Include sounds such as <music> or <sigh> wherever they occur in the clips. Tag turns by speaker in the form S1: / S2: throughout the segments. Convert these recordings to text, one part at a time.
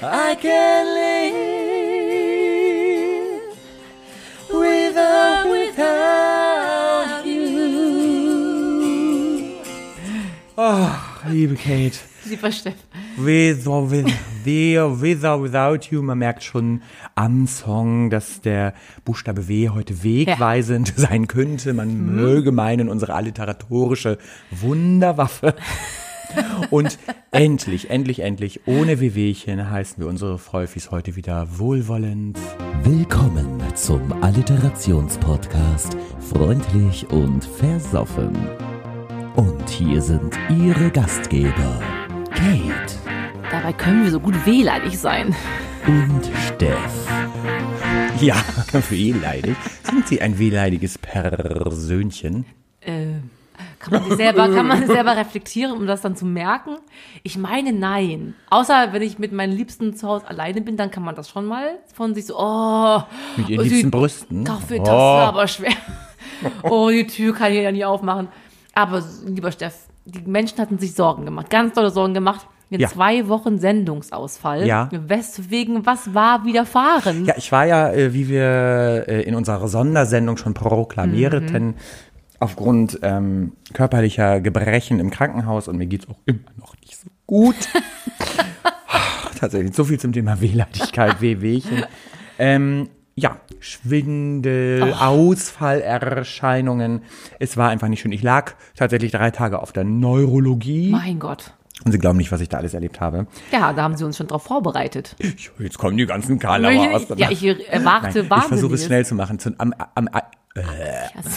S1: I can live with or without you.
S2: Ach, Ah, liebe Kate.
S3: Super, Steff.
S2: With or, with, the or with or without you. Man merkt schon am Song, dass der Buchstabe W heute wegweisend sein könnte. Man möge meinen, unsere alliteratorische Wunderwaffe. Und endlich, endlich, endlich, ohne Wehwehchen heißen wir unsere Freufis heute wieder wohlwollend.
S1: Willkommen zum Alliterationspodcast Freundlich und Versoffen. Und hier sind Ihre Gastgeber, Kate
S3: Dabei können wir so gut wehleidig sein.
S1: und Steff.
S2: Ja, wehleidig. Sind Sie ein wehleidiges Persönchen?
S3: Äh, kann man sich selber, kann <laughs> man selber reflektieren, um das dann zu merken? Ich meine, nein. Außer wenn ich mit meinen Liebsten zu Hause alleine bin, dann kann man das schon mal von sich so, oh,
S2: Mit Ihren
S3: und die-
S2: liebsten Brüsten?
S3: Kaffee, das war
S2: oh,
S3: aber schwer. Oh, die Tür kann ich ja nie aufmachen. Aber lieber Steff, die Menschen hatten sich Sorgen gemacht, ganz tolle Sorgen gemacht. In
S2: Ja.
S3: zwei Wochen Sendungsausfall.
S2: Ja.
S3: Weswegen, was war widerfahren?
S2: Ja, ich war ja, äh, wie wir äh, in unserer Sondersendung schon proklamierten, aufgrund ähm, körperlicher Gebrechen im Krankenhaus und mir geht's auch immer noch nicht so gut. Tatsächlich, so viel zum Thema Wehleidigkeit, Wehwehchen. Ähm, ja, Schwindel, Ausfallerscheinungen. Es war einfach nicht schön. Ich lag tatsächlich drei Tage auf der Neurologie.
S3: Mein Gott.
S2: Und Sie glauben nicht, was ich da alles erlebt habe.
S3: Ja, da haben sie uns schon drauf vorbereitet.
S2: Ich, jetzt kommen die ganzen Karlauer aus der
S3: ja, ich erwarte
S2: Nein, ich versuche es
S3: Wahnsinniges.
S2: schnell zu machen. Zu, am, am,
S3: Also,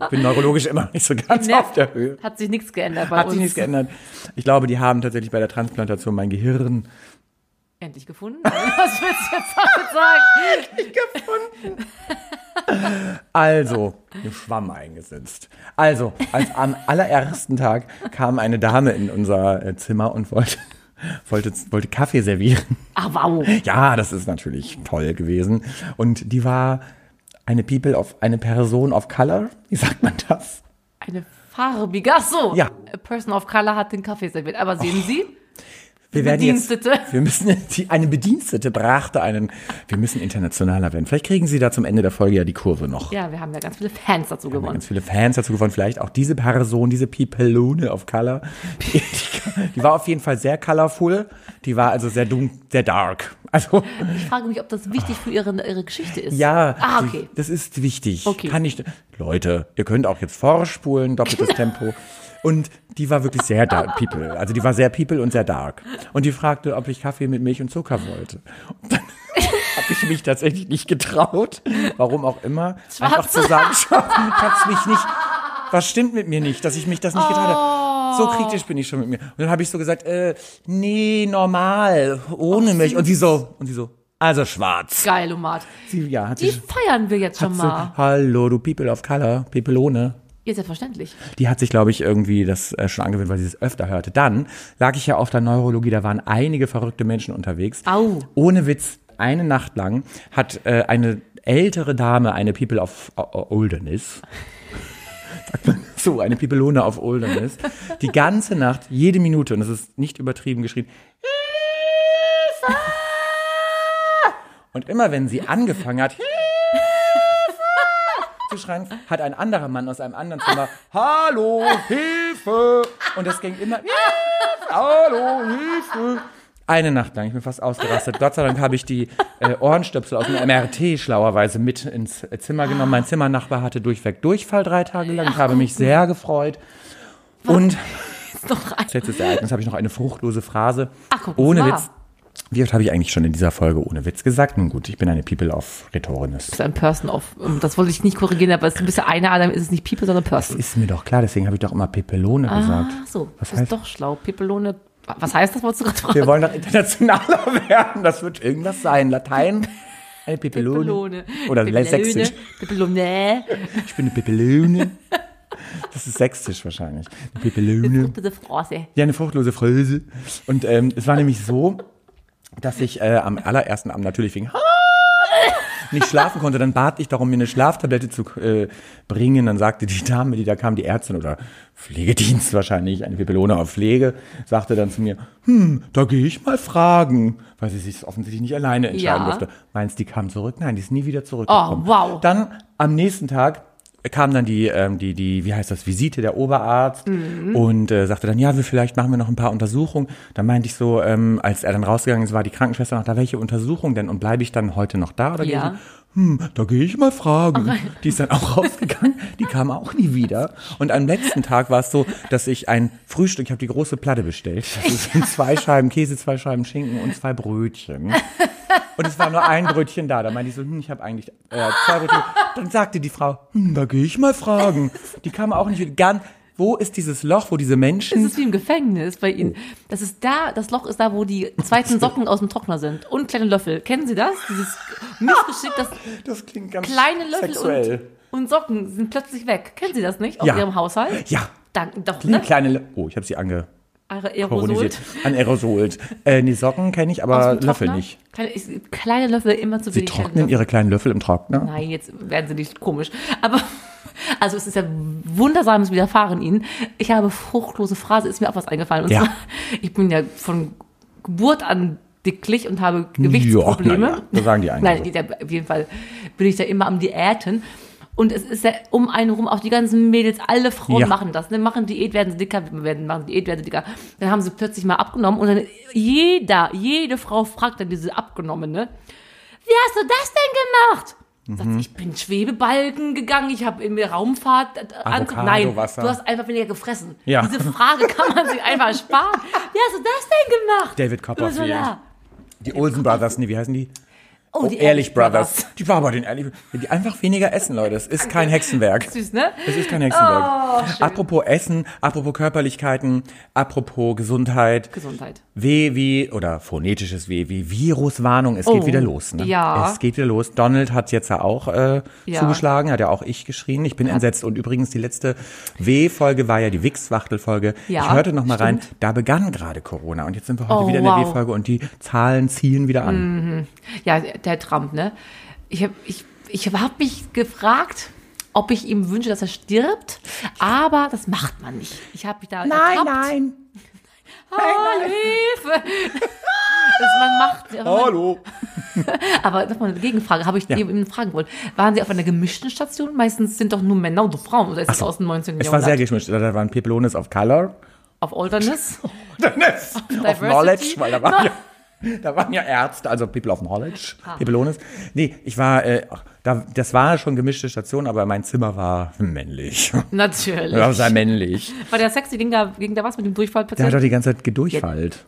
S2: ich bin neurologisch immer nicht so ganz
S3: Ne?
S2: auf der Höhe.
S3: <laughs> Hat sich nichts geändert bei
S2: Hat
S3: uns.
S2: sich nichts geändert. Ich glaube, die haben tatsächlich bei der Transplantation mein Gehirn
S3: Endlich gefunden. <laughs> Was willst du jetzt damit sagen?
S2: also einen Schwamm eingesetzt. Also, als am allerersten Tag kam eine Dame in unser äh, Zimmer und wollte, wollte, wollte Kaffee servieren.
S3: Ah, wow.
S2: Ja, das ist natürlich toll gewesen. Und die war eine People of, eine Person of Color. Wie sagt man das?
S3: Eine farbige. Ach so.
S2: Ja. Oh.
S3: A person of color hat den Kaffee serviert. Aber sehen Sie?
S2: Wir werden jetzt,
S3: Bedienstete.
S2: wir müssen, die, eine Bedienstete brachte einen, wir müssen internationaler werden. Vielleicht kriegen Sie da zum Ende der Folge ja die Kurve noch.
S3: Ja, wir haben ja ganz viele Fans dazu
S2: Wir haben
S3: gewonnen.
S2: Ganz viele Fans dazu gewonnen, vielleicht auch diese Person, diese People of Color. Die, die, die war auf jeden Fall sehr colorful. Die war also sehr dunkel, sehr dark. Also,
S3: Ich frage mich, ob das wichtig für ihre, ihre Geschichte ist.
S2: ja,
S3: Ah,
S2: die-
S3: okay.
S2: das ist wichtig.
S3: Okay.
S2: Kann ich, Leute, ihr könnt auch jetzt vorspulen,
S3: <laughs>
S2: doppeltes Tempo. Und die war wirklich sehr dark, people. Also die war sehr people und sehr dark. Und die fragte, ob ich Kaffee mit Milch und Zucker wollte. Und dann <laughs> habe ich mich tatsächlich nicht getraut. Warum auch immer. Einfach
S3: Schwarz.
S2: zusammenschaffen. Ich hab's mich nicht. Was stimmt mit mir nicht, dass ich mich das nicht getraut habe?
S3: Oh.
S2: So kritisch bin ich schon mit mir. Und dann habe ich so gesagt, äh, nee, normal, ohne Milch. Und sie so, und sie so, also schwarz.
S3: Geil, Omat.
S2: Sie, ja, hat
S3: Die
S2: sich,
S3: feiern wir jetzt schon
S2: hat so,
S3: mal.
S2: hallo, du People of Color, Peopleone.
S3: Ja, selbstverständlich.
S2: Die hat sich, glaube ich, irgendwie das äh, schon angewöhnt, weil sie es öfter hörte. Dann lag ich ja auf der Neurologie, da waren einige verrückte Menschen unterwegs.
S3: Au.
S2: Ohne Witz, eine Nacht lang hat äh, eine ältere Dame, eine People of o- o- Olderness, <laughs> sagt man so, eine Pipelone auf Olderness, die ganze Nacht, jede Minute, und das ist nicht übertrieben geschrieben, Und immer wenn sie angefangen hat, Hilfe! zu schreien, hat ein anderer Mann aus einem anderen Zimmer, Hallo, Hilfe! Und es ging immer, Hilfe, Hallo, Hilfe! Eine Nacht lang, ich bin fast ausgerastet. Gott sei Dank habe ich die äh, Ohrenstöpsel aus dem MRT schlauerweise mit ins äh, Zimmer genommen. Mein Zimmernachbar hatte durchweg Durchfall drei Tage lang. Ich habe mich sehr gefreut. Und
S3: Noch ein.
S2: letztes Ereignis habe ich noch eine fruchtlose Phrase.
S3: Ach, guck,
S2: ohne
S3: wahr.
S2: Witz. Wie oft habe ich eigentlich schon in dieser Folge ohne Witz gesagt? Nun gut, ich bin eine People of Rhetorines.
S3: Ein Person auf. Das wollte ich nicht korrigieren, aber es ist ein bisschen einer, Adam ist es nicht People, sondern Person.
S2: Ist mir doch klar, deswegen habe ich doch immer Pepelone
S3: Ah.
S2: gesagt.
S3: Ach so,
S2: Was
S3: das ist
S2: heißt?
S3: doch schlau. Pipelone. Was heißt das, wolltest du gerade
S2: Wir
S3: fragen?
S2: wollen doch internationaler <laughs> werden. Das wird irgendwas sein. Latein, eine Pepelone. Oder sächsisch.
S3: Pipelone.
S2: Ich bin eine Pepelone. Das ist sächsisch wahrscheinlich.
S3: <laughs>
S2: Eine Pepelone.
S3: Bitte Phrase.
S2: Ja, eine fruchtlose Fröse. Und ähm, es war nämlich so, dass ich äh, am allerersten Abend natürlich wegen <laughs> nicht schlafen konnte, dann bat ich darum, mir eine Schlaftablette zu äh, bringen. Dann sagte die Dame, die da kam, die Ärztin oder Pflegedienst wahrscheinlich, eine Pepelone auf Pflege, sagte dann zu mir, hm, da gehe ich mal fragen, weil sie sich offensichtlich nicht alleine entscheiden
S3: Ja. Oh,
S2: durfte. Meinst du, die kam zurück? Nein, die ist nie wieder zurückgekommen.
S3: wow.
S2: Dann am nächsten Tag kam dann die, ähm, die, die, wie heißt das, Visite der Oberarzt und äh, sagte dann, ja, wir vielleicht machen wir noch ein paar Untersuchungen. Dann meinte ich so, ähm, als er dann rausgegangen ist, war die Krankenschwester noch da, welche Untersuchung denn? Und bleibe ich dann heute noch da oder gehe ich
S3: Ja.
S2: in- hm, da gehe ich mal fragen. Die ist dann auch rausgegangen, die kam auch nie wieder. Und am letzten Tag war es so, dass ich ein Frühstück, ich habe die große Platte bestellt. Das sind zwei Scheiben Käse, zwei Scheiben Schinken und zwei Brötchen. Und es war nur ein Brötchen da. Da meinte ich so, hm, ich habe eigentlich äh, zwei Brötchen. Dann sagte die Frau, hm, da gehe ich mal fragen. Die kam auch nicht wieder. Gan- Wo ist dieses Loch, wo diese
S3: Es
S2: Menschen
S3: ist wie im Gefängnis bei Ihnen. Das ist da, das Loch ist da, wo die
S2: <laughs>
S3: zweiten Socken aus dem Trockner sind und kleine Löffel. Kennen Sie das? Dieses Missgeschick, dass
S2: <laughs> das klingt ganz
S3: kleine Löffel
S2: sexuell.
S3: und, und Socken sind plötzlich weg. Kennen Sie das nicht aus
S2: Ja.
S3: Ihrem Haushalt?
S2: Ja.
S3: Danke, doch,
S2: Nee,
S3: ne?
S2: kleine Lö- Oh, ich habe sie ange
S3: Aerosol.
S2: koronisiert. An Aerosolt. Äh, nee, Socken kenne ich,
S3: Aus
S2: aber
S3: dem
S2: Löffel
S3: Trockner?
S2: nicht.
S3: Kleine, ich- kleine Löffel immer zu
S2: Sie
S3: wenig. kleine
S2: trocknen ihre kleinen Löffel im Trockner.
S3: Nein, jetzt werden sie nicht komisch. Aber <laughs> also es ist ja wundersames Widerfahren ihnen. Ich habe fruchtlose Phrase, ist mir auch was eingefallen. Und
S2: Ja.
S3: zwar, <laughs> ich bin ja von Geburt an dicklich und habe
S2: Ja,
S3: Gewichtsprobleme.
S2: na ja, das
S3: <laughs>
S2: sagen die einen
S3: Nein,
S2: so.
S3: die- der- auf jeden Fall bin ich da immer am Diäten. Und es ist ja um einen rum, auch die ganzen Mädels, alle Frauen
S2: Ja.
S3: machen das. Ne? Machen Diät, werden sie dicker, werden, machen Diät, werden sie dicker. Dann haben sie plötzlich mal abgenommen und dann jeder, jede Frau fragt dann diese Abgenommene, wie hast du das denn gemacht?
S2: Mhm.
S3: Sagt sie, ich bin Schwebebalken gegangen, ich habe in der Raumfahrt. äh, Anzug- Nein,
S2: Avocado-Wasser.
S3: du hast einfach weniger gefressen.
S2: Ja.
S3: Diese Frage kann man sich einfach sparen. Wie hast du das denn gemacht?
S2: David Copperfield.
S3: Ursula.
S2: Die Olsen Brothers, nee, wie heißen die?
S3: Oh, die
S2: Ehrlich Brothers. Die war bei den Ehrlich Die einfach weniger essen, Leute. Es ist kein Hexenwerk.
S3: <laughs> Süß, ne?
S2: Es ist kein Hexenwerk.
S3: Oh,
S2: apropos Essen, apropos Körperlichkeiten, apropos Gesundheit.
S3: Gesundheit.
S2: W wie, oder phonetisches W wie Viruswarnung. Es geht
S3: Oh,
S2: wieder los. Ne?
S3: ja.
S2: Es geht wieder los. Donald hat jetzt ja auch äh,
S3: Ja.
S2: zugeschlagen, hat ja auch ich geschrien. Ich bin entsetzt. Und übrigens, die letzte W-Folge war ja die Wix-Wachtel-Folge.
S3: Ja,
S2: ich hörte noch mal rein, da begann gerade Corona. Und jetzt sind wir heute
S3: Oh,
S2: wieder in der
S3: wow. Mhm.
S2: W-Folge und die Zahlen ziehen wieder an.
S3: Ja, der Trump, ne? Ich habe ich, ich hab mich gefragt, ob ich ihm wünsche, dass er stirbt, aber das macht man nicht. Ich habe mich da ertappt. <laughs>
S2: nein.
S3: Oh, Hilfe! <laughs> das man macht. wenn Man,
S2: Hallo.
S3: aber nochmal eine Gegenfrage, habe ich
S2: Ja.
S3: eben fragen wollen. Waren Sie auf einer gemischten Station? Meistens sind doch nur Männer und Frauen, oder ist das
S2: so.
S3: aus dem 19.
S2: Es war sehr
S3: Jahrhundert?
S2: geschmischt. Da waren Pepelones auf Color. <laughs>
S3: Auf Alderness?
S2: Dennis. Auf
S3: Diversity.
S2: Knowledge, weil da waren, ja, da waren ja Ärzte, also People of Knowledge, People Pepelones. Nee, ich war, äh, ach, da, das war schon gemischte Station, aber mein Zimmer war männlich. <laughs>
S3: Natürlich.
S2: Ja, sei männlich.
S3: War der sexy? Ging da, ging da was mit dem
S2: Der hat doch
S3: Durchfallpatienten?
S2: die ganze Zeit gedurchfallt.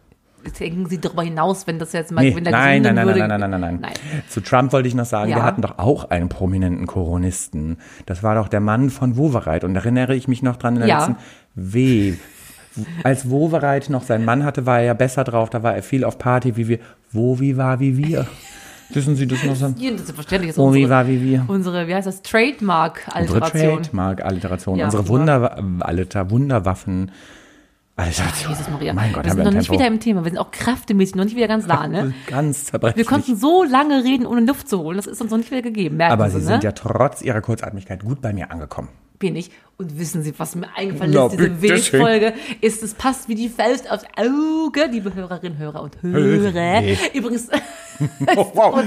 S3: Denken Sie darüber hinaus, wenn das jetzt mal,
S2: Nee,
S3: wenn da
S2: nein, nein,
S3: gesunden
S2: nein, nein,
S3: würde.
S2: nein, nein, nein, nein,
S3: Nein.
S2: Zu Trump wollte ich noch sagen,
S3: Ja.
S2: wir hatten doch auch einen prominenten Koronisten. Das war doch der Mann von Wovereit. Und da erinnere ich mich noch dran in der
S3: Ja.
S2: letzten W. Als Wovereit noch seinen Mann hatte, war er ja besser drauf. Da war er viel auf Party, wie wir. Wo, wie war, wie
S3: <laughs>
S2: wir. Wissen Sie das noch? so?
S3: Ja, das ist verständlich. Das ist
S2: Wo, Oh, wie
S3: unsere,
S2: war, wie wir.
S3: unsere, wie heißt das,
S2: Unsere
S3: Trademark-Alteration.
S2: Trademark-Alliteration,
S3: Ja,
S2: unsere
S3: wie
S2: Wunder, Alter, Wunderwaffen. Alliteration.
S3: Jesus Maria.
S2: Mein Gott,
S3: wir
S2: haben
S3: sind
S2: wir
S3: noch
S2: ein
S3: nicht
S2: Tempo.
S3: wieder im Thema. Wir sind auch kräftemäßig noch nicht wieder ganz da, ne?
S2: <laughs> Ganz
S3: Wir
S2: zerbrechlich.
S3: konnten so lange reden, ohne Luft zu holen. Das ist uns noch nicht wieder gegeben. Merken
S2: Aber
S3: Sie,
S2: Sie sind
S3: ne?
S2: ja trotz Ihrer Kurzatmigkeit gut bei mir angekommen.
S3: Bin ich. Und wissen Sie, was mir eingefallen
S2: Na,
S3: ist? Diese
S2: bitte schön.
S3: Wildfolge ist, es passt wie die Faust aufs Auge, liebe Hörerinnen, Hörer und
S2: Höre.
S3: Hörer. Übrigens, <laughs>
S2: Oh, wow.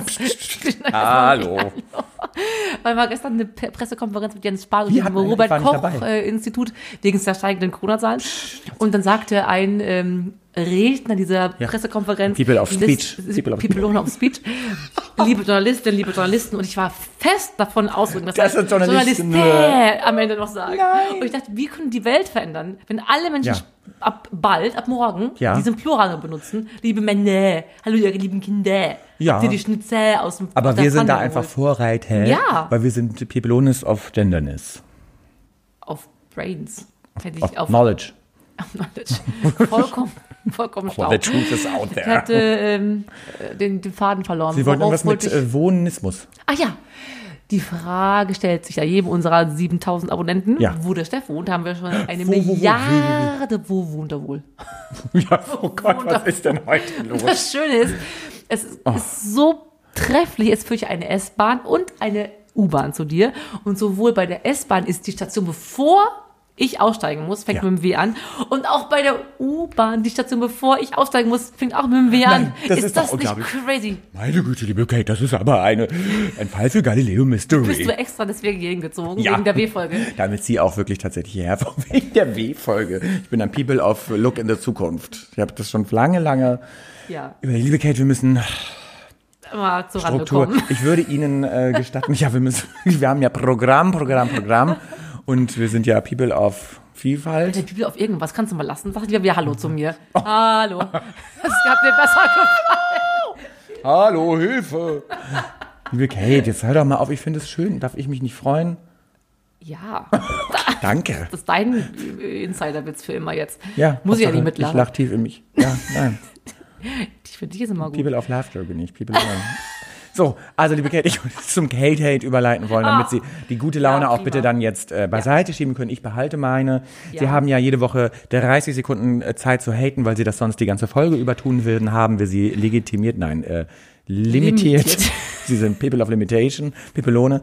S2: Hallo.
S3: Weil war gestern eine Pe- Pressekonferenz mit Jens Spahn und
S2: Wir
S3: dem
S2: hatten eine, ich war nicht dabei.
S3: Robert-Koch-Institut wegen der steigenden Corona-Zahlen. Und dann sagte ein ähm, Redner dieser
S2: Ja.
S3: Pressekonferenz.
S2: People of
S3: Liz-
S2: Speech.
S3: Liz-
S2: People of
S3: People of Speech. liebe Journalistinnen, liebe Journalisten. Und ich war fest davon ausgegangen, dass
S2: Das
S3: ein
S2: sind Journalisten.
S3: Journalist, äh, am Ende noch sagen. Und ich dachte, wie können die Welt verändern, wenn alle Menschen
S2: Ja.
S3: ab bald, ab morgen,
S2: Ja.
S3: diesen Plural benutzen. Liebe Männer, hallo ihr lieben Kinder.
S2: Ja.
S3: Habt ihr die Schnitzel aus dem aus
S2: Aber
S3: der
S2: wir sind da
S3: Pfanne
S2: einfach
S3: geholt?
S2: Vorreiter,
S3: Ja.
S2: weil wir sind Pepelonis of Genderness,
S3: auf Brains. Hätte
S2: of
S3: ich auf,
S2: Knowledge.
S3: auf Knowledge.
S2: <laughs>
S3: Vollkommen, vollkommen schlau.
S2: the truth is out
S3: Ich hatte ähm, äh, den, den Faden verloren.
S2: Sie wollten
S3: Worauf
S2: irgendwas mit
S3: wollte ich-
S2: äh, <laughs> Wohnismus.
S3: Ach ja, die Frage stellt sich ja jedem unserer 7000 Abonnenten.
S2: Ja.
S3: Wo der Steff wohnt, haben wir schon eine
S2: Wo, wo, wo, wo,
S3: Milliarde. Wo, wohnt er wohl?
S2: ja, oh Gott, was Ah. ist denn heute los?
S3: Das Schöne ist, es ist, ist so trefflich ist für dich eine S-Bahn und eine U-Bahn zu dir. Und sowohl bei der S-Bahn ist die Station, bevor ich aussteigen muss, fängt
S2: Ja.
S3: mit dem W an. Und auch bei der U-Bahn, die Station, bevor ich aussteigen muss, fängt auch mit dem W an.
S2: Nein, das ist doch
S3: das nicht
S2: unglaublich.
S3: crazy?
S2: <laughs> Meine Güte, liebe Kate, das ist aber eine, ein Fall für Galileo
S3: Bist
S2: Mystery.
S3: du extra deswegen hierhin gezogen,
S2: Ja.
S3: wegen der W-Folge?
S2: <laughs> Damit sie auch wirklich tatsächlich hierher kommt, <laughs> wegen der W-Folge. Ich bin ein People of Look in der Zukunft. Ich habe das schon lange, lange.
S3: Ja,
S2: Über- Liebe Kate, wir müssen
S3: mal zur Rande
S2: Struktur.
S3: kommen.
S2: Ich würde Ihnen äh, gestatten, ja, wir müssen, <laughs> wir haben ja Programm, Programm, Programm. Und wir sind ja People of Vielfalt.
S3: Der Bibel auf irgendwas kannst du mal lassen. Sag lieber wieder Hallo zu mir.
S2: Oh. <laughs>
S3: Hallo. Das hat mir besser gefallen.
S2: Hallo, Hilfe! Liebe Kate, jetzt hör doch mal auf, ich finde es schön. Darf ich mich nicht freuen?
S3: Ja,
S2: Danke.
S3: das ist dein äh, Insiderwitz für immer jetzt.
S2: Ja,
S3: Muss ich ja
S2: Hauptsache,
S3: nicht
S2: Ich
S3: mitlachen.
S2: lach tief in mich. Ja, nein.
S3: Ich finde dich ist immer gut.
S2: People of Laughter bin ich. People of So, also liebe Kate, ich würde zum Kate-Hate überleiten wollen, damit Sie die gute Laune
S3: Ah. Ja,
S2: auch
S3: prima.
S2: bitte dann jetzt äh, beiseite schieben können. Ich behalte meine. Sie
S3: Ja.
S2: haben ja jede Woche 30 Sekunden äh, Zeit zu haten, weil Sie das sonst die ganze Folge über tun würden. Haben wir Sie legitimiert? Nein, äh, limitiert.
S3: Limitiert.
S2: <laughs> Sie sind People of Limitation, Pipelone.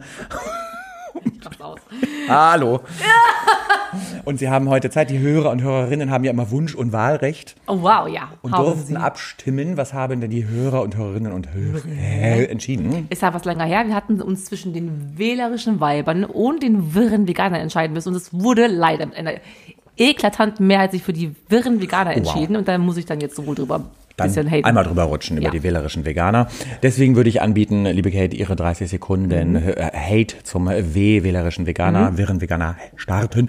S3: Pass auf.
S2: Hallo. Und Sie haben heute Zeit. Die Hörer und Hörerinnen haben ja immer Wunsch und Wahlrecht.
S3: Oh wow, ja.
S2: und
S3: Haben
S2: durften
S3: Sie.
S2: abstimmen, was haben denn die Hörer und Hörerinnen und Hörer äh, entschieden.
S3: Ist ja was länger her. Wir hatten uns zwischen den wählerischen Weibern und den wirren Veganern entscheiden müssen. Und es wurde leider mit einer eklatanten Mehrheit sich für die wirren Veganer entschieden. Und da muss ich dann jetzt sowohl drüber ein
S2: Dann
S3: bisschen haten.
S2: einmal drüber rutschen über
S3: Ja.
S2: die wählerischen Veganer. Deswegen würde ich anbieten, liebe Kate, Ihre 30 Sekunden
S3: Mhm.
S2: äh, Hate zum W-wählerischen Veganer, wirren Veganer
S3: <laughs>
S2: starten.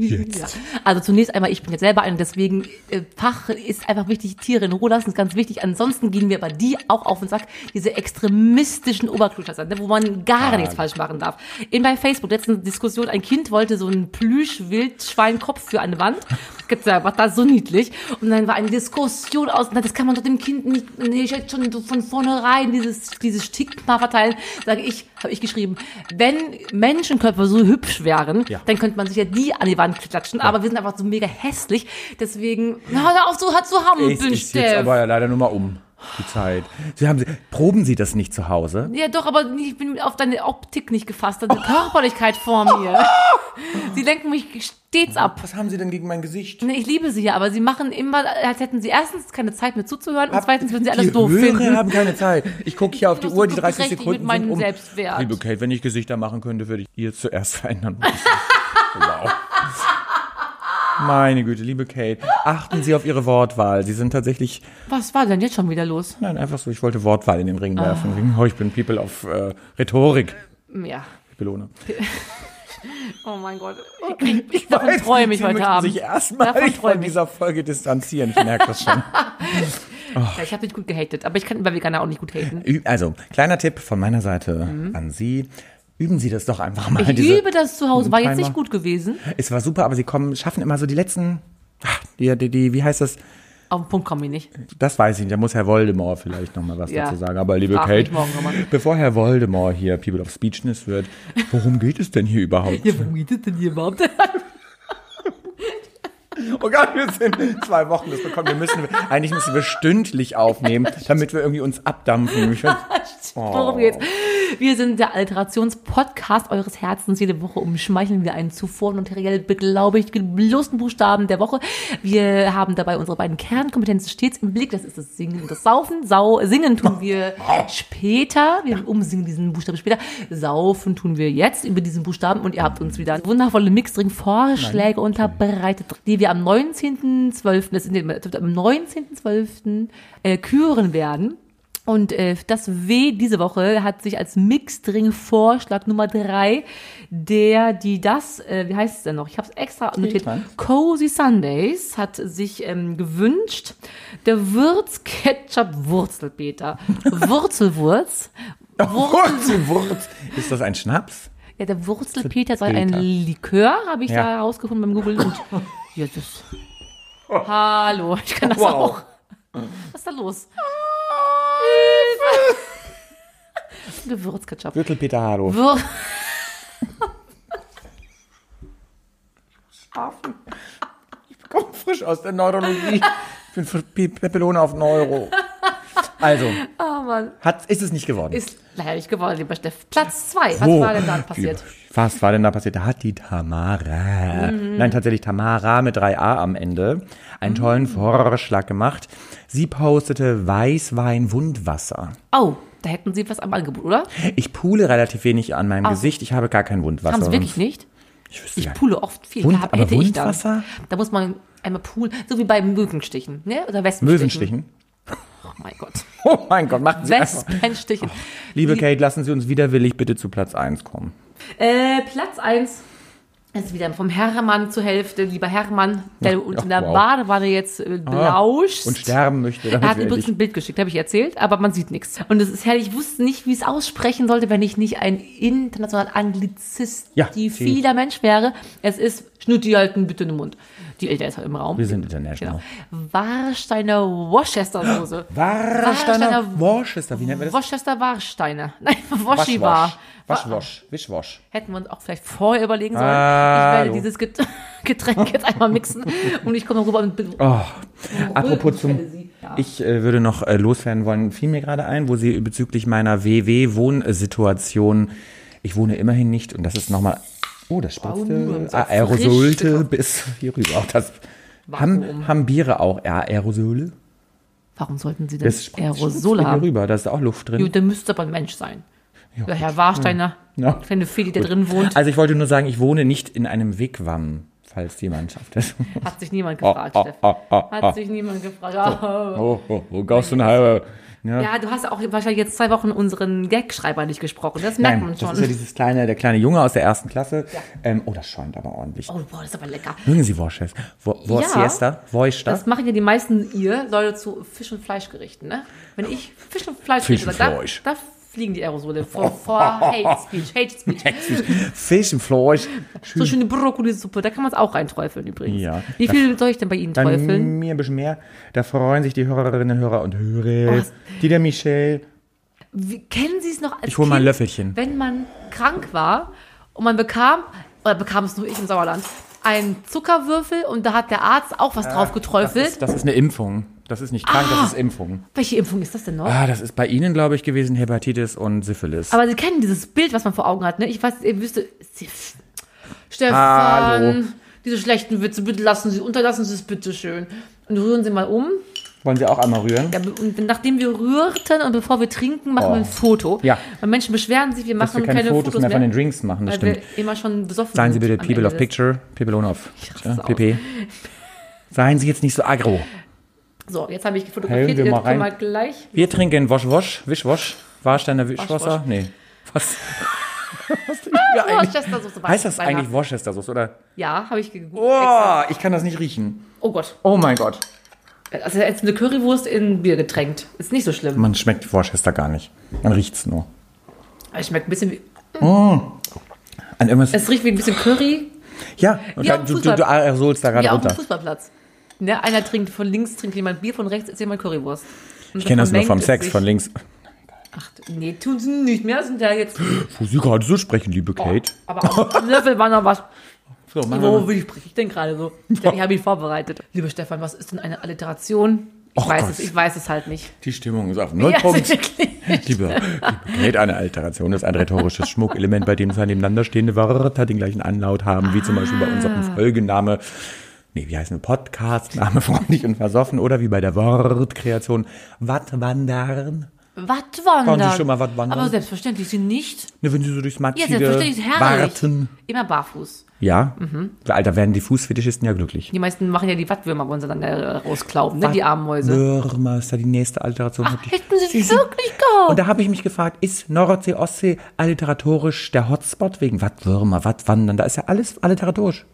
S2: Jetzt.
S3: Also zunächst einmal, ich bin jetzt selber eine, deswegen äh, Fach ist einfach wichtig, Tiere in Ruhe lassen ist ganz wichtig. Ansonsten gehen wir aber die auch auf den Sack, diese extremistischen Oberklugscheißer, ne, wo man gar nichts falsch machen darf. In bei Facebook letzten Diskussion, ein Kind wollte so einen Plüsch-Wildschweinkopf für eine Wand. Gibt's ja, was da so niedlich. Und dann war eine Diskussion aus, na, das kann man doch dem Kind nicht, nee, ich hätte schon so von vornherein dieses, dieses Stigma verteilen. Sage ich, habe ich geschrieben, wenn Menschenköpfe so hübsch wären,
S2: Ja.
S3: dann könnte man sich ja die an die Wand klatschen, aber wir sind einfach so mega hässlich. Deswegen, na, hör auf so hart zu
S2: Es
S3: hampeln,
S2: ist jetzt
S3: Steff.
S2: aber leider nur mal um die Zeit. Sie haben, proben Sie das nicht zu Hause?
S3: Ja, doch, aber ich bin auf deine Optik nicht gefasst, deine Körperlichkeit
S2: <laughs>
S3: vor mir. Sie lenken mich stets ab.
S2: Was haben Sie denn gegen mein Gesicht?
S3: Ne, Ich liebe sie ja, aber sie machen immer, als hätten sie erstens keine Zeit mehr zuzuhören und zweitens würden sie alles
S2: die
S3: doof
S2: Hörer
S3: finden.
S2: haben keine Zeit. Ich gucke hier auf die
S3: bin
S2: Uhr,
S3: doch
S2: die
S3: so
S2: 30
S3: berechtigt
S2: Sekunden
S3: mit meinem
S2: sind um.
S3: Selbstwert.
S2: Liebe Kate, wenn ich Gesichter machen könnte, würde ich ihr zuerst <laughs> verändern. wow. Meine Güte, liebe Kate, achten Sie auf Ihre Wortwahl. Sie sind tatsächlich,
S3: Was war denn jetzt schon wieder los?
S2: nein, einfach so, ich wollte Wortwahl in den
S3: Ah.
S2: Ring werfen. Wegen, Oh, ich bin People of äh, Rhetorik.
S3: Ja.
S2: Pipelone.
S3: Oh mein Gott. Ich krieg, davon träume ich
S2: Sie
S3: heute
S2: möchten
S3: Abend.
S2: sich erstmal
S3: Davon
S2: von
S3: träume ich.
S2: dieser Folge distanzieren, ich merke das
S3: <laughs>
S2: schon.
S3: Ja, ich habe nicht gut gehatet, aber ich kann über Veganer auch nicht gut haten.
S2: Ü- Also, kleiner Tipp von meiner Seite an Sie. Üben Sie das doch einfach mal.
S3: Mhm. Ich
S2: diese-
S3: liebe das zu Hause, war jetzt
S2: Timer.
S3: nicht gut gewesen.
S2: Es war super, aber sie kommen, schaffen immer so die letzten. Ach, Die, die, die, wie heißt das?
S3: Auf den Punkt komme ich nicht.
S2: Das weiß ich nicht. Da muss Herr Voldemort vielleicht nochmal was
S3: Ja.
S2: dazu sagen. Aber liebe
S3: Frag mich
S2: Kate,
S3: morgen noch mal.
S2: bevor Herr Voldemort hier People of Speechness wird, worum geht es denn hier überhaupt?
S3: Ja, worum geht es denn hier überhaupt?
S2: Oh Gott, wir sind in zwei Wochen das bekommen. Wir müssen, eigentlich müssen wir stündlich aufnehmen, damit wir irgendwie uns abdampfen. Ich find-
S3: <laughs>
S2: Oh.
S3: Worum geht's? Wir sind der Alterations-Podcast eures Herzens. Jede Woche umschmeicheln wir einen zuvor notariell beglaubigt bloßen Buchstaben der Woche. Wir haben dabei unsere beiden Kernkompetenzen stets im Blick. Das ist das Singen und das Saufen. Sau Singen tun wir später. Wir umsingen diesen Buchstaben später. Saufen tun wir jetzt über diesen Buchstaben. Und ihr habt uns wieder wundervolle Mixring-Vorschläge unterbreitet, die wir am 19.12., das sind die- am 19.12. äh, küren werden. Und äh, das W diese Woche hat sich als Mixdring-Vorschlag Nummer drei der, die das, äh, wie heißt es denn noch? Ich habe es extra notiert.
S2: dran.
S3: Cozy Sundays hat sich ähm, gewünscht, der
S2: <laughs>
S3: Würz-Ketchup-Wurzelpeter. Wurzelwurz. Wurzel,
S2: Wurz, Wurz. Oh. Ist das ein Schnaps?
S3: ja, der Wurzelpeter soll ein
S2: Peter.
S3: Likör, habe ich
S2: Ja.
S3: da herausgefunden beim Google. Und,
S2: <laughs>
S3: Jesus. Hallo, ich kann das
S2: Oh. Wow.
S3: auch. Was ist
S2: <laughs>
S3: da los? Hilfe! Gewürzketchup.
S2: Würtel Peter Haro.
S3: Wür
S2: Ich komme frisch aus der Neurologie. Ich bin für Pe- Pepelone auf Neuro. Also,
S3: Oh Mann.
S2: Hat, ist es nicht geworden.
S3: Ist leider nicht geworden, lieber Steff. Platz zwei. Was
S2: Oh,
S3: war denn dann passiert?
S2: Was war denn da passiert? Da hat die Tamara,
S3: Mhm.
S2: nein tatsächlich Tamara mit 3a am Ende, einen tollen
S3: Mhm.
S2: Vorschlag gemacht. Sie postete Weißwein-Wundwasser.
S3: Oh, da hätten sie was am Angebot, oder?
S2: Ich pule relativ wenig an meinem Gesicht, ich habe gar kein Wundwasser.
S3: Haben sie wirklich
S2: sonst-
S3: nicht?
S2: Ich, Ähm, wüsste
S3: Ich
S2: gar-
S3: pule oft viel.
S2: Wund-
S3: Gehabt
S2: aber
S3: hätte ich dann.
S2: Wundwasser?
S3: Da muss man einmal poolen, so wie bei Möwenstichen, ne? Oder Wespenstichen.
S2: Möwenstichen.
S3: Oh mein Gott.
S2: Oh mein Gott, machen Sie das.
S3: Wespenstichen.
S2: Liebe Kate, lassen Sie uns widerwillig bitte zu Platz 1 kommen.
S3: Äh, Platz 1 ist wieder vom Hermann zur Hälfte. Lieber Hermann, der
S2: Ja,
S3: uns in
S2: ja,
S3: der
S2: wow. Ah,
S3: Badewanne jetzt äh, belauscht.
S2: Und sterben möchte. damit
S3: er hat
S2: wir
S3: übrigens
S2: endlich-
S3: ein Bild geschickt, habe ich erzählt, aber man sieht nichts. Und es ist herrlich, ich wusste nicht, wie ich es aussprechen sollte, wenn ich nicht ein internationaler Anglizist,
S2: Ja,
S3: die
S2: sie-
S3: vieler Mensch wäre. Es ist Schnutti halten bitte in den Mund. Die Eltern ist halt im Raum.
S2: wir sind international.
S3: Genau. Warsteiner Worcestersoße.
S2: Warsteiner
S3: Warsteiner-
S2: Worcester, wie nennt man das?
S3: Worcester Warsteiner. <laughs> Nein, Woschiwa.
S2: Waschwasch. Waschwasch. Wischwasch.
S3: Hätten wir uns auch vielleicht vorher überlegen sollen. Ich
S2: Hallo.
S3: werde dieses Get- <laughs> Getränk jetzt
S2: <laughs>
S3: einmal mixen und ich komme rüber und bin.
S2: Oh, apropos zum.
S3: Rücken- Sie. Ja.
S2: Ich äh, würde noch äh, loswerden wollen, fiel mir gerade ein, wo Sie bezüglich meiner WW-Wohnsituation, ich wohne immerhin nicht und das ist nochmal, oh, das
S3: nur
S2: spritzte
S3: so
S2: Aerosolte bis hier rüber. Auch das haben,
S3: Vakuum.
S2: haben Biere auch Aerosole?
S3: Warum sollten Sie denn
S2: Das spritzt
S3: Aerosole
S2: hier
S3: haben?
S2: rüber, da ist auch Luft drin.
S3: Gut, dann müsste aber ein Mensch sein. Der Herr Warsteiner,
S2: Ja.
S3: kleine Fee, die da drin wohnt,
S2: Also ich wollte nur sagen, ich wohne nicht in einem Wigwam, falls jemand schafft das.
S3: <laughs> hat sich niemand
S2: Oh,
S3: gefragt,
S2: oh,
S3: Steff.
S2: oh, oh,
S3: Hat
S2: oh.
S3: sich niemand gefragt. Oh.
S2: Oh, oh, oh, Gaustenhalber.
S3: Ja, du hast auch wahrscheinlich jetzt zwei Wochen unseren Gag-Schreiber nicht gesprochen. Das merkt
S2: Nein,
S3: man
S2: das ist ja
S3: schon.
S2: dieses kleine, der kleine Junge aus der ersten Klasse. Ähm, oh, das schäumt aber ordentlich.
S3: Oh, boah, das ist aber lecker.
S2: Mögen Sie Worcester? Wo, wo
S3: Ja.
S2: Siesta? Worcester?
S3: Das machen ja die meisten ihr, Leute zu Fisch- und Fleischgerichten, ne? Wenn ich Fisch und Fleisch
S2: Fisch und
S3: rede, da,
S2: Fleisch.
S3: da fliegen die
S2: <laughs>
S3: Aerosole vor, vor Hate Speech, Hate Speech.
S2: Fisch im Fleisch.
S3: So schöne Brokkolisuppe, da kann man es auch reinträufeln übrigens.
S2: Ja.
S3: Wie viel soll ich denn bei Ihnen
S2: Bei
S3: träufeln?
S2: mir ein bisschen mehr. Da freuen sich die Hörerinnen, Hörer und Hörer.
S3: Was?
S2: Die der Michelle.
S3: Wie, kennen Sie es noch als
S2: Ich hol mal ein
S3: Kind,
S2: Löffelchen.
S3: Wenn man krank war und man bekam, oder bekam es nur ich im Sauerland, einen Zuckerwürfel und da hat der Arzt auch was drauf
S2: Ah, Das
S3: geträufelt.
S2: ist, das ist eine Impfung. Das ist nicht krank,
S3: Ah.
S2: das ist Impfung.
S3: Welche Impfung ist das denn noch?
S2: Ah, das ist bei Ihnen, glaube ich, gewesen Hepatitis und Syphilis.
S3: Aber Sie kennen dieses Bild, was man vor Augen hat, ne? Ich weiß, ihr wüsste. Siff. Stefan,
S2: Hallo.
S3: diese schlechten Witze, bitte lassen Sie, unterlassen Sie es bitte schön. Und rühren Sie mal um.
S2: Wollen Sie auch einmal rühren?
S3: Ja, und nachdem wir rührten und bevor wir trinken, machen
S2: Oh.
S3: wir ein Foto.
S2: Ja.
S3: Weil Menschen beschweren sich, wir
S2: Dass
S3: machen
S2: wir keine, Fotos mehr von den Drinks machen, das
S3: weil
S2: stimmt.
S3: wir immer schon besoffen
S2: Seien Sie
S3: sind.
S2: bitte
S3: am
S2: People
S3: Ende
S2: of
S3: des-
S2: Picture, People on Off.
S3: raste
S2: Ja,
S3: aus.
S2: PP. Seien Sie jetzt nicht so aggro.
S3: So, jetzt habe ich
S2: Hellen
S3: fotografiert,
S2: wir
S3: jetzt
S2: mal rein.
S3: können wir gleich.
S2: Wir trinken Wosch Wosch, Wisch Wosch, Warsteiner Wischwasser.
S3: Wasch, Wasch.
S2: Nee. Was? Was trinken wir eigentlich?
S3: Worcestersoße Oh, war
S2: Heißt das
S3: beinahe.
S2: eigentlich Worcester Sauce oder?
S3: Ja, habe ich gegoogelt.
S2: Oh, ich kann das nicht riechen.
S3: Oh Gott.
S2: Oh mein Gott.
S3: Also jetzt eine Currywurst in Bier getränkt. Ist nicht so schlimm.
S2: Man schmeckt Worcester gar nicht. Man riecht's nur.
S3: Aber schmeckt ein bisschen wie.
S2: An irgendwas.
S3: Es riecht wie ein bisschen Curry,
S2: ja, und
S3: Ja,
S2: dann, du, du,
S3: Fußball.
S2: du aerosolst da gerade
S3: Ja, auf dem
S2: runter.
S3: Fußballplatz. Ne, einer trinkt von links, trinkt jemand Bier, von rechts ist jemand Currywurst. Und
S2: Ich kenne das nur
S3: vermengt
S2: vom
S3: es
S2: Sex
S3: sich.
S2: von links.
S3: Ach, nee, tun sie nicht mehr, sind ja jetzt.
S2: Wo Sie gerade so sprechen, liebe Kate.
S3: Aber auf dem Löffel war noch was.
S2: Oh. So, machen wir
S3: Wo
S2: mal.
S3: will ich spreche ich denn gerade so? Ich, glaub, ich habe ihn vorbereitet. Lieber Stefan, was ist denn eine Alliteration? Ich
S2: Och
S3: weiß
S2: Gott.
S3: es, ich weiß es halt nicht.
S2: Die Stimmung ist auf null
S3: Ja,
S2: Punkt.
S3: wirklich.
S2: Liebe, liebe Kate, eine Alteration ist ein rhetorisches Schmuckelement, bei dem zwei nebeneinander stehende Wörter den gleichen Anlaut haben, wie zum Beispiel bei unserem
S3: Ah.
S2: Folgenname. Nee, wie heißt ein Podcast? Name <laughs> freundlich und versoffen oder wie bei der Wortkreation Wattwandern.
S3: Was wandern?
S2: Waren Sie schon mal was wandern?
S3: Aber selbstverständlich, sie nicht.
S2: Ne, wenn Sie so durchs
S3: Ja,
S2: Matschige
S3: selbstverständlich, herrlich. Mhm.
S2: warten.
S3: Immer barfuß.
S2: Ja, Alter, werden die Fußfetischisten ja glücklich.
S3: Die meisten machen ja die Wattwürmer, wollen sie dann äh, rausklauben, ne? die armen Mäuse.
S2: Würmer ist da die nächste Alliteration.
S3: Ach, hätten sie es wirklich gehabt?
S2: Und da habe ich mich gefragt, ist Nordsee, Ostsee alliteratorisch der Hotspot wegen Wattwürmer, Wattwandern? Da ist ja alles alliteratorisch.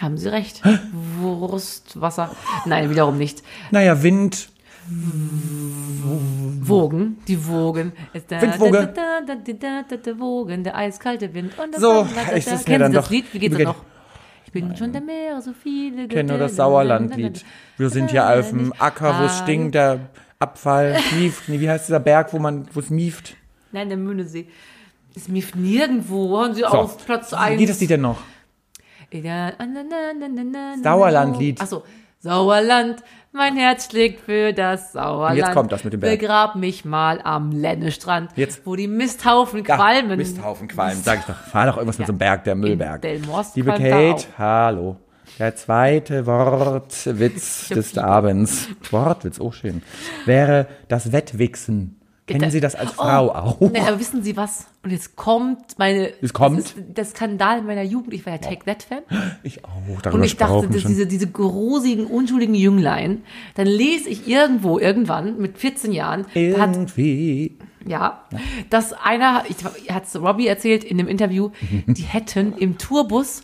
S3: Haben Sie recht. Wurst, Wasser. Nein, wiederum nicht.
S2: Naja, Wind,
S3: Wogen, die Wogen. Da,
S2: Windwoge.
S3: Da, da, da, da, da, da, Wogen, der eiskalte Wind. Und das
S2: So, <laughs>
S3: da, da, da,
S2: ist es
S3: da.
S2: mir
S3: Kennen
S2: dann
S3: Sie das
S2: doch-
S3: Lied? Wie geht das
S2: Geht-
S3: noch? Ich bin schon der Meer, so viele
S2: kenne nur das Sauerlandlied. Wir sind hier auf dem Acker, wo es stinkt, der Abfall mieft. Nee, wie heißt dieser Berg, wo man, wo es mieft?
S3: Nein, der Mühnesee. Es mieft nirgendwo. Hören Sie
S2: So.
S3: auf, Platz
S2: Wie geht das
S3: 1.
S2: Lied denn noch?
S3: Ah, Sauerlandlied.
S2: Sauerlandlied.
S3: Achso. Sauerland, mein Herz schlägt für das Sauerland.
S2: Jetzt kommt das mit dem Berg.
S3: Begrab mich mal am Lennestrand,
S2: Jetzt.
S3: wo die Misthaufen
S2: Ja,
S3: qualmen.
S2: Misthaufen Qualmen, sag ich doch. Fahr doch irgendwas mit so einem Berg, der Müllberg.
S3: Del Most
S2: Liebe
S3: qualmt da
S2: Kate, hallo. Der zweite Wortwitz
S3: hab
S2: des
S3: Fieber.
S2: Abends. Wortwitz, auch schön. Wäre das Wettwichsen. Kennen Sie das als
S3: Oh.
S2: Frau auch?
S3: Nee, aber wissen Sie was? Und jetzt kommt meine.
S2: Es kommt?
S3: Das ist der Skandal meiner Jugend. Ich war ja Take That-Fan.
S2: Ich auch. Darüber
S3: Und ich dachte,
S2: sprachen
S3: dass
S2: schon.
S3: diese, diese grusigen, unschuldigen Jünglein, dann lese ich irgendwo, irgendwann, mit 14 Jahren, da hat
S2: Irgendwie.
S3: Ja, dass einer, ich hat's Robbie erzählt in
S2: <laughs>
S3: dem Interview, die hätten im Tourbus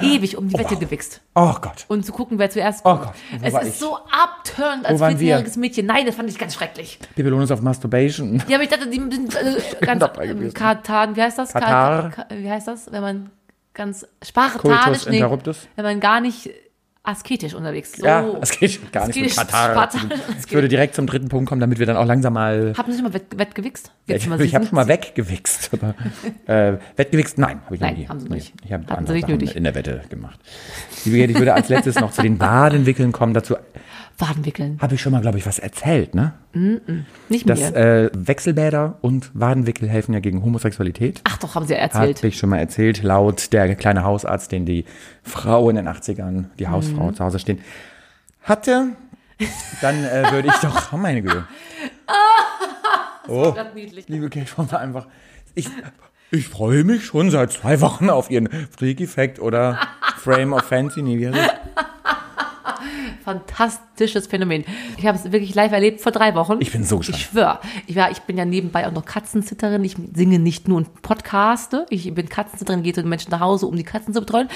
S3: ewig um die Wette gewichst.
S2: Oh Gott.
S3: Und zu gucken, wer zuerst
S2: Oh
S3: kommt.
S2: Gott, wo
S3: es
S2: war
S3: ist
S2: ich?
S3: so abturned als
S2: Wo waren wir?
S3: 14-jähriges Mädchen. Nein, das fand ich ganz schrecklich.
S2: Babylonus auf Masturbation.
S3: Ja, aber ich dachte, die sind äh, ganz
S2: dabei gewesen.
S3: Katan, wie heißt das?
S2: Katar.
S3: Ka- Ka- Wie heißt das, wenn man ganz
S2: Kultus
S3: spartanisch, nee,
S2: interruptus.
S3: wenn man gar nicht asketisch unterwegs ist. So.
S2: Ja, das geht gar nicht
S3: geht
S2: mit Katar.
S3: spartanisch und
S2: Ich würde
S3: asketisch.
S2: direkt zum dritten Punkt kommen, damit wir dann auch langsam mal
S3: Haben Sie schon mal wett, wettgewichst?
S2: Ja,
S3: Jetzt
S2: ich
S3: mal,
S2: ich
S3: Sie
S2: habe
S3: sind-
S2: schon mal weggewichst. <laughs> Aber, äh, wettgewichst? Nein, habe ich noch
S3: Nein,
S2: nie.
S3: haben Sie
S2: Nee,
S3: nicht.
S2: Ich habe
S3: Hatten Sie
S2: andere
S3: nicht
S2: Sachen
S3: nötig.
S2: in der Wette gemacht. Liebe Gerti, ich würde als letztes noch zu den Wadenwickeln kommen. Dazu
S3: Wadenwickeln.
S2: habe ich schon mal, glaube ich, was erzählt. Ne?
S3: Nicht
S2: Dass
S3: mir.
S2: äh, Wechselbäder und Wadenwickel helfen ja gegen Homosexualität.
S3: Ach doch, haben Sie ja erzählt.
S2: Habe ich schon mal erzählt, laut der kleine Hausarzt, den die Frau in den 80ern,
S3: Mhm.
S2: die Hausfrau zu Hause stehen, hatte. Dann äh, würde ich doch, oh meine
S3: <laughs>
S2: Güte.
S3: Ah,
S2: Oh.
S3: Ganz niedlich.
S2: Liebe Kate Von war einfach. Ich, ich freue mich schon seit zwei Wochen auf ihren Freak Effect oder Frame of Fancy. Also, Nee, wie heißt das?
S3: Fantastisches Phänomen. Ich habe es wirklich live erlebt vor drei Wochen.
S2: Ich bin so gespannt.
S3: Ich schwöre. Ich, war, ich bin ja nebenbei auch noch Katzenzitterin. Ich singe nicht nur und podcaste. Ich bin Katzenzitterin, gehe zu den Menschen nach Hause, um die Katzen zu betreuen.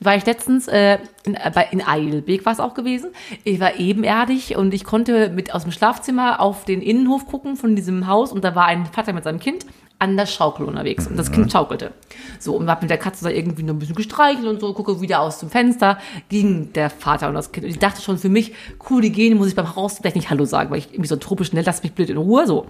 S3: War ich letztens äh, in, äh, bei, in Eilbek war es auch gewesen. Ich war ebenerdig und ich konnte mit aus dem Schlafzimmer auf den Innenhof gucken von diesem Haus und da war ein Vater mit seinem Kind an der Schaukel unterwegs und das
S2: Mhm.
S3: Kind schaukelte. So, und hab mit der Katze da irgendwie noch ein bisschen gestreichelt und so, gucke wieder aus dem Fenster, ging der Vater und das Kind. Und ich dachte schon für mich, cool, die gehen, muss ich beim Haus vielleicht nicht Hallo sagen, weil ich irgendwie so tropisch, ne, lass mich blöd in Ruhe, so.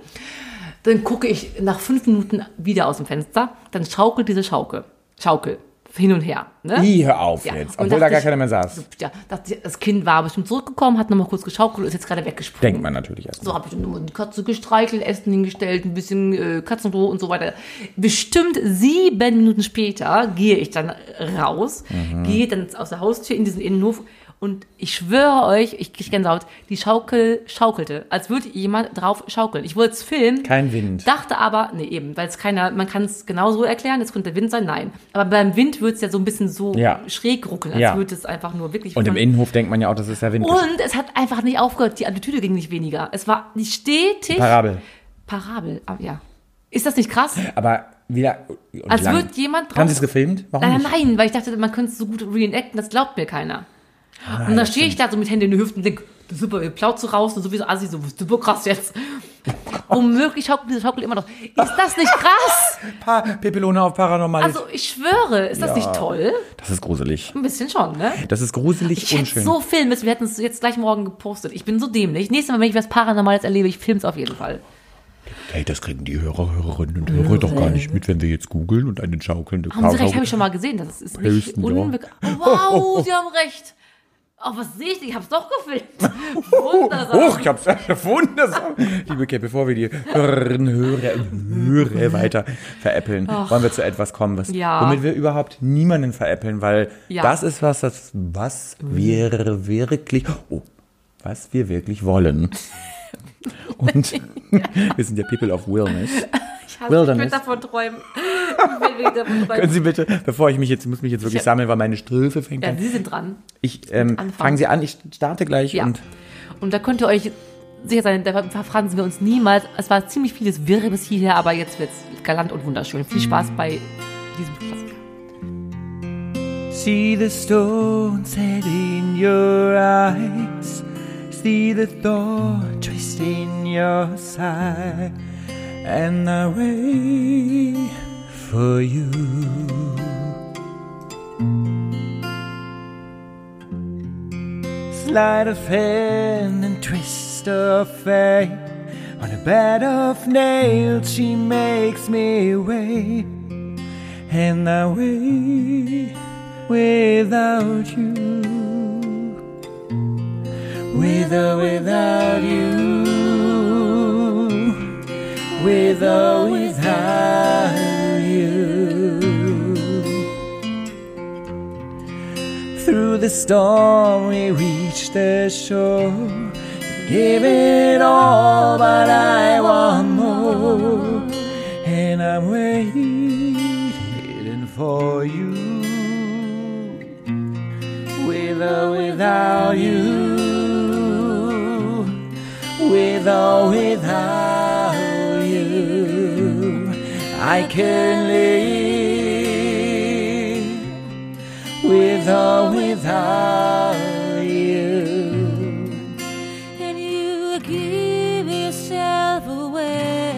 S3: Dann gucke ich nach fünf Minuten wieder aus dem Fenster, dann schaukelt diese Schaukel, Schaukel, hin und her, ne?
S2: I, hör auf
S3: Ja,
S2: jetzt.
S3: und
S2: Obwohl da
S3: dachte
S2: gar
S3: ich-
S2: keiner mehr saß.
S3: Ja, dachte, das Kind war bestimmt zurückgekommen, hat nochmal kurz geschaukelt und ist jetzt gerade weggesprungen.
S2: Denkt man natürlich erst.
S3: So habe ich dann die Katze gestreichelt, Essen hingestellt, ein bisschen äh, Katzenruhe und so weiter. Bestimmt sieben Minuten später gehe ich dann raus,
S2: Mhm.
S3: gehe dann aus der Haustür in diesen Innenhof und ich schwöre euch, ich kriege Gänsehaut, die Schaukel schaukelte, als würde jemand drauf schaukeln. Ich wollte es filmen.
S2: Kein Wind.
S3: Dachte aber, nee, eben, weil es keiner, man kann es genau so erklären, es könnte der Wind sein, nein. Aber beim Wind wird es ja so ein bisschen so
S2: Ja.
S3: schräg ruckeln, als
S2: Ja.
S3: würde es einfach nur wirklich
S2: Und im
S3: von-
S2: Innenhof denkt man ja auch, das ist ja Wind.
S3: und es hat einfach nicht aufgehört. Die Attitüde ging nicht weniger. Es war nicht stetig.
S2: Parabel.
S3: Parabel, ah, ja. Ist das nicht krass?
S2: Aber wieder. und
S3: Als
S2: lang.
S3: Also wird jemand
S2: Haben
S3: drauf- Äh,
S2: Sie es gefilmt? Warum
S3: Nein,
S2: nicht?
S3: nein, weil ich dachte, man könnte es so gut reenacten, das glaubt mir keiner.
S2: Ah,
S3: und dann stehe ich da so mit Händen in den Hüften und denke, super, ihr plaut so raus und sowieso Assi, so super krass
S2: <laughs>
S3: jetzt. Womöglich schaukelt diese Schaukel immer noch. Ist das
S2: <laughs>
S3: nicht krass?
S2: Pa Pepelone auf Paranormal.
S3: Also ich schwöre, ist das nicht toll?
S2: das ist gruselig.
S3: Ein bisschen schon, ne?
S2: Das ist gruselig
S3: Ich hätte
S2: unschön.
S3: so filmen müssen, wir hätten es jetzt gleich morgen gepostet. Ich bin so dämlich. Nächstes Mal, wenn ich was Paranormales erlebe, ich filme es auf jeden Fall.
S1: Hey, das kriegen die Hörer, Hörerinnen und Hörer doch gar nicht mit, wenn wir jetzt googeln und eine schaukelnde
S3: Haben Sie recht,
S1: Kau-
S3: habe ich schon mal gesehen. Das ist nicht
S1: Höchsten, ja.
S3: unbekannt. Oh,
S2: <laughs>
S3: wow, Sie haben recht. Oh, was sehe ich? denn? Ich habe es doch gefilmt. Wundersam.
S2: Hoch, ich hab's wundersam. Liebe Kate, bevor wir die Hörerinnen, Hörer, Hörer weiter veräppeln, wollen wir zu etwas kommen, was,
S3: Ja.
S2: womit wir überhaupt niemanden veräppeln, weil
S3: Ja.
S2: das ist was, das, was wir wirklich, oh, was wir wirklich
S3: <laughs>
S2: wollen. Und <laughs> wir sind ja People of Wellness.
S3: Ich hasse- ich könnte
S2: Wilderness.
S3: davon träumen. Ich will wieder
S2: <laughs>
S3: davon
S2: Können
S3: träumen.
S2: Sie bitte, bevor ich mich jetzt, ich muss mich jetzt wirklich
S3: Ich-
S2: sammeln, weil meine Ströfe fängt
S3: Ja,
S2: an.
S3: Sie sind dran.
S2: Ich, ähm,
S3: Anfangen.
S2: fangen Sie an, ich starte gleich
S3: Ja.
S2: und
S3: Und da könnt ihr euch sicher sein, da verfransen wir uns niemals. Es war ziemlich vieles Wirre bis hierher, aber jetzt wird's galant und wunderschön. Viel
S2: Mm.
S3: Spaß bei diesem Klassiker.
S2: See the stone set in your eyes. See the thought twist in your side. And I wait for you. Sleight of hand and twist of fate. On a bed of nails, she makes me wait. And I wait without you. With or without you. With or without you. Through the storm we reached the shore. Give it all, but I want more. And I'm waiting for you. With or without you. With or without you. I can live with or without you.
S3: And you give yourself away.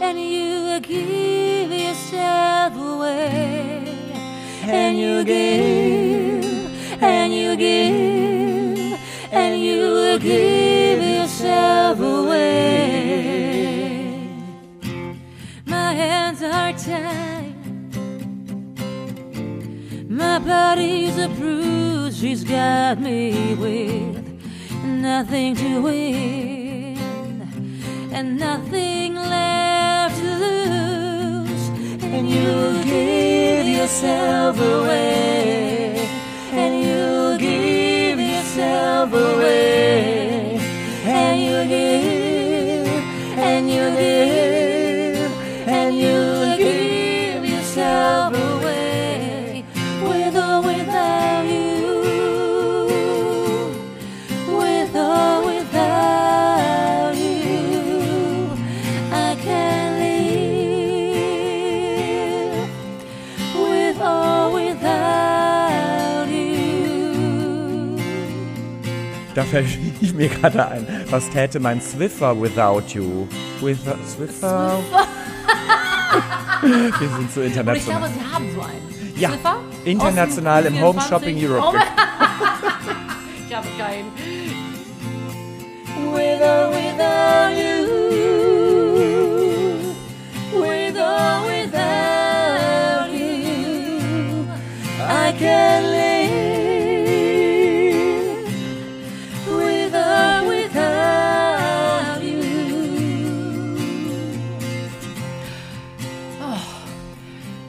S3: And you give yourself away. And you give, and you give, and you give yourself away. My hands are tied, my body's a bruise. She's got me with nothing to win and nothing left to lose. And you give yourself away. And you give yourself away. And you give. And you give. And you give yourself away. With or without you with or without you. I can live with or without you.
S2: Da fällt ich mir gerade ein. Was täte mein Swiffer without you? Without Swiffer? <laughs> Wir sind so
S3: Und ich glaube,
S2: international.
S3: sie haben so einen.
S2: Ja,
S3: Swiffer?
S2: international
S3: Aus dem
S2: im Home Shopping
S3: 24.
S2: Europe.
S3: Oh mein- ich habe keinen. With or without you. With or without you. I can live. With or without you.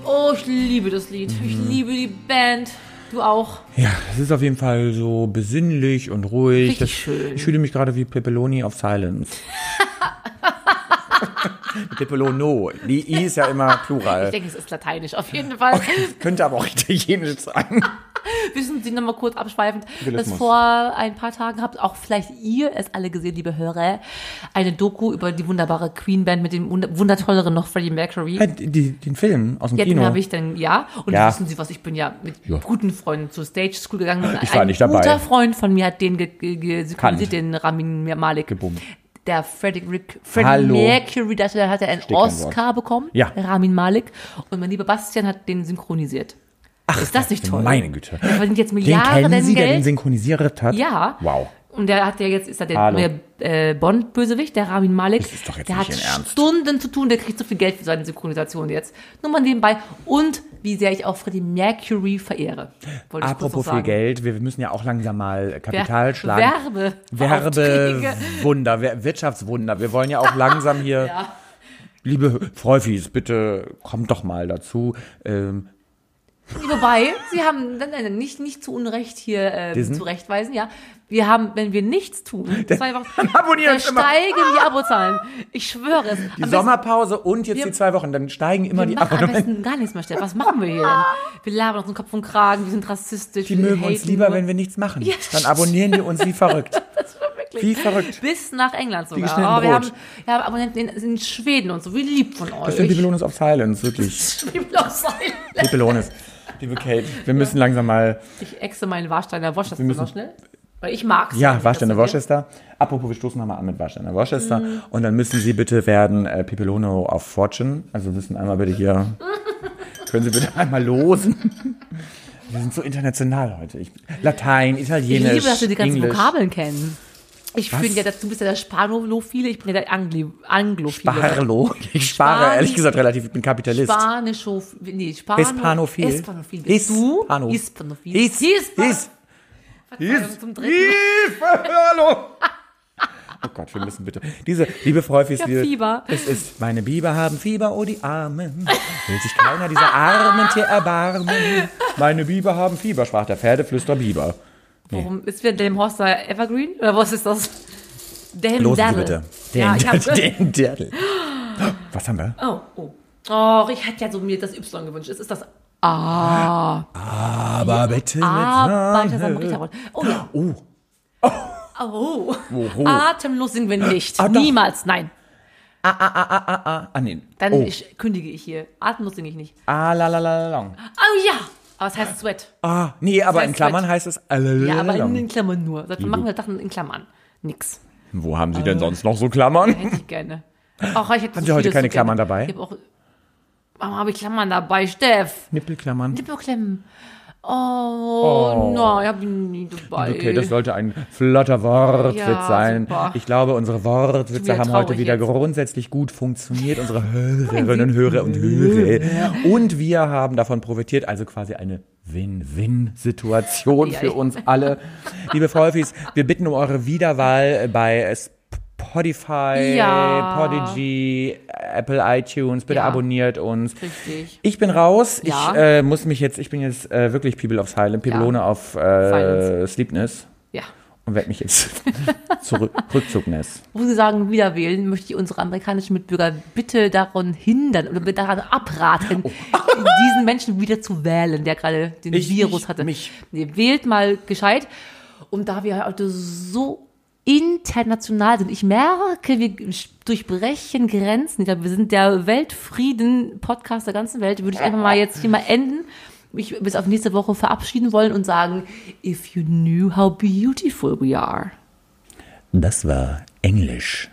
S3: Oh, ich liebe das Lied. Ich liebe die Band. Du auch.
S2: Ja, es ist auf jeden Fall so besinnlich und ruhig.
S3: Richtig schön.
S2: Ich fühle mich gerade wie Pepeloni auf Silence.
S3: <laughs>
S2: Pepelono. Die I ist ja immer
S3: Ich
S2: Plural.
S3: denke, es ist lateinisch auf jeden Fall. <laughs>
S2: <laughs> Könnte aber auch italienisch sein.
S3: Wissen Sie nochmal kurz abschweifend, dass
S2: Realismus.
S3: vor ein paar Tagen habt auch vielleicht ihr es alle gesehen, liebe Hörer, eine Doku über die wunderbare Queen Band mit dem wund- wundertolleren noch Freddie Mercury.
S2: Ja, die, den Film aus dem
S3: Ja, den
S2: Kino.
S3: habe ich dann, ja. Und
S2: Ja.
S3: wissen Sie was, ich bin ja mit
S1: Ja.
S3: guten Freunden zur Stage School gegangen.
S2: Ich war
S3: Ein
S2: nicht dabei.
S3: guter Freund von mir hat den ge ge ge
S2: Kannt.
S3: synchronisiert, den Ramin Malik.
S2: Gebummt.
S3: Der Freddie, Rick, Freddie
S2: Hallo.
S3: Mercury, das hat er einen
S2: Stichwort.
S3: Oscar bekommen.
S2: Ja.
S3: Ramin Malik. Und mein lieber Bastian hat den synchronisiert. Ach, ist das nicht toll?
S2: Meine Güte.
S3: Da verdient jetzt
S2: Den
S3: Milliarden
S2: kennen Sie, der den
S3: Geld.
S2: synchronisiert hat?
S3: ja.
S2: Wow.
S3: Und der hat ja jetzt, ist er der
S2: Hallo.
S3: neue äh, Bond-Bösewicht, der Ramin Malik.
S2: Das ist doch jetzt
S3: der
S2: nicht
S3: hat
S2: Ihr Ernst.
S3: Stunden zu tun, der kriegt so viel Geld für seine Synchronisation jetzt. Nur mal nebenbei. Und wie sehr ich auch Freddie Mercury verehre. Wollte ich kurz noch
S2: Apropos viel
S3: sagen.
S2: Geld, wir müssen ja auch langsam mal Kapital
S3: Wer-
S2: schlagen.
S3: Werbe. Aufträge.
S2: Werbewunder, Wer- Wirtschaftswunder. Wir wollen ja
S3: <laughs>
S2: auch langsam hier,
S3: Ja.
S2: liebe Freufis, bitte kommt doch mal dazu. Ähm,
S3: Wobei, Sie haben nein, nein, nein, nicht, nicht zu Unrecht hier ähm,
S2: Diesen?
S3: zurechtweisen, ja. Wir haben, wenn wir nichts tun, zwei
S2: <laughs>
S3: Wochen,
S2: abonnieren
S3: dann
S2: uns immer.
S3: steigen die Abozahlen. Ich schwöre es.
S2: die Sommerpause und jetzt
S3: wir-
S2: die zwei Wochen, dann steigen immer
S3: Wir
S2: die
S3: machen am
S2: Abonnenten.
S3: besten gar nichts mehr, Steff. Was machen wir hier
S2: <laughs>
S3: denn? Wir labern uns den Kopf und Kragen, wir sind rassistisch.
S2: Die mögen uns lieber, wenn wir nichts machen.
S3: Ja.
S2: Dann abonnieren die
S3: <laughs>
S2: uns wie verrückt. Wie verrückt.
S3: Bis nach England sogar.
S2: geschnitten
S3: Oh, wir,
S2: Brot.
S3: haben, wir haben Abonnenten in, in Schweden und so. Wie lieb von euch.
S2: Das sind die Belohnung auf Silence, wirklich.
S3: <laughs> ich,
S2: Die Belohnung ist. Liebe Kate, wir müssen langsam mal.
S3: ich exe meinen Warsteiner Wosch, das
S2: Wir müssen-
S3: noch schnell. Weil ich mag's.
S2: Ja, Warsteiner
S3: Das ist okay. Mhm.
S2: Worcester. Apropos, wir stoßen nochmal an mit Warsteiner Worcester. Und dann müssen Sie bitte werden äh, Pipelone auf Fortune. Also müssen einmal bitte hier. können Sie bitte <laughs> einmal losen? Wir sind so international heute. Ich, Latein,
S3: Ich
S2: Italienisch,
S3: liebe, dass du die ganzen
S2: Englisch.
S3: Vokabeln kennen. Ich
S2: Was?
S3: finde ja, dass du bist ja der Spanophile, ich bin ja der Angli Anglophile.
S2: Barlo. Ich spare
S3: Spanisch.
S2: ehrlich gesagt relativ. Ich bin Kapitalist.
S3: Spanischo, nee, Spano
S2: Hispanophil.
S3: Hispanophil. Bist du?
S2: Hispano.
S3: Hispanophil.
S2: His.
S3: Hispa-
S2: His.
S3: Verzeihung zum dritten
S2: Hilfe,
S3: <laughs>
S2: hallo. Oh Gott, wir müssen bitte. Diese, liebe Freufis,
S3: Ja,
S2: wir-
S3: Fieber.
S2: es ist, meine Biber haben Fieber, oh die Armen. Will sich keiner dieser Armen hier erbarmen. Meine Biber haben Fieber, sprach der Pferdeflüsterer Biber.
S3: Warum ist wir dem Horst da Evergreen? Oder was ist das? Dem
S2: Los,
S3: Daddel.
S2: bitte. Den,
S3: Ja, ich
S2: <laughs>
S3: hab,
S2: den Dirndl. Was haben wir?
S3: oh, oh. oh, ich hätte ja so mir das Y gewünscht. Es ist das A.
S2: Aber bitte
S3: Ah,
S2: mit
S3: Balthasar Brichterbrand. Oh ja.
S2: Oh.
S3: Oh.
S2: Oho.
S3: Atemlos singen wir nicht.
S2: Ah, doch.
S3: Niemals, nein.
S2: Ah, nee.
S3: Dann
S2: oh.
S3: ich, kündige ich hier. Atemlos singe ich nicht.
S2: Ah, la, la, la, la, long.
S3: Oh ja. Aber es heißt Sweat.
S2: Ah, nee, aber in
S3: heißt
S2: Klammern heißt es ah, la, la,
S3: Ja,
S2: la,
S3: aber in
S2: long.
S3: den Klammern nur. Das machen wir Sachen in Klammern. Nix.
S2: Wo haben Sie denn sonst noch so Klammern?
S3: Hätte ich gerne. Auch ich hätte Haben
S2: Sie heute keine Klammern dabei?
S3: Ich hab auch, warum habe ich Klammern dabei, Steff?
S2: Nippelklammern.
S3: Nippelklemmen. Oh,
S2: Oh.
S3: nein, ich habe die nie dabei.
S2: Okay, das sollte ein flotter Wortwitz
S3: Ja,
S2: sein.
S3: super.
S2: Ich glaube, unsere Wortwitze
S3: wieder
S2: haben heute
S3: traurig
S2: wieder
S3: jetzt.
S2: grundsätzlich gut funktioniert.
S3: <laughs>
S2: Unsere Hörerinnen, Hörer und Hörer. Und wir haben davon profitiert, also quasi eine Win-Win-Situation
S3: Ja,
S2: für
S3: ja.
S2: uns alle. Liebe Freufis, wir bitten um eure Wiederwahl bei Spotify,
S3: Ja.
S2: Podigy, Apple iTunes. Bitte
S3: Ja.
S2: abonniert uns.
S3: Richtig.
S2: Ich bin raus.
S3: Ja.
S2: Ich äh, muss mich jetzt, ich bin jetzt äh, wirklich People of Silent, Pibelone auf äh,
S3: Silence.
S2: Sleepness
S3: Ja.
S2: und werde mich jetzt <laughs> zurück, Rückzugness.
S3: Wo Sie sagen, wieder wählen, möchte ich unsere amerikanischen Mitbürger bitte daran hindern oder daran abraten, <laughs> diesen Menschen wieder zu wählen, der gerade den
S2: Ich,
S3: Virus
S2: ich,
S3: hatte.
S2: Oh. mich.
S3: Nee, wählt mal gescheit. Und da wir heute so international sind, ich merke, wir durchbrechen Grenzen. Ich glaube, wir sind der Weltfrieden-Podcast der ganzen Welt. Würde ich einfach mal jetzt hier mal enden. Mich bis auf nächste Woche verabschieden wollen und sagen, if you knew how beautiful we are.
S2: Das war Englisch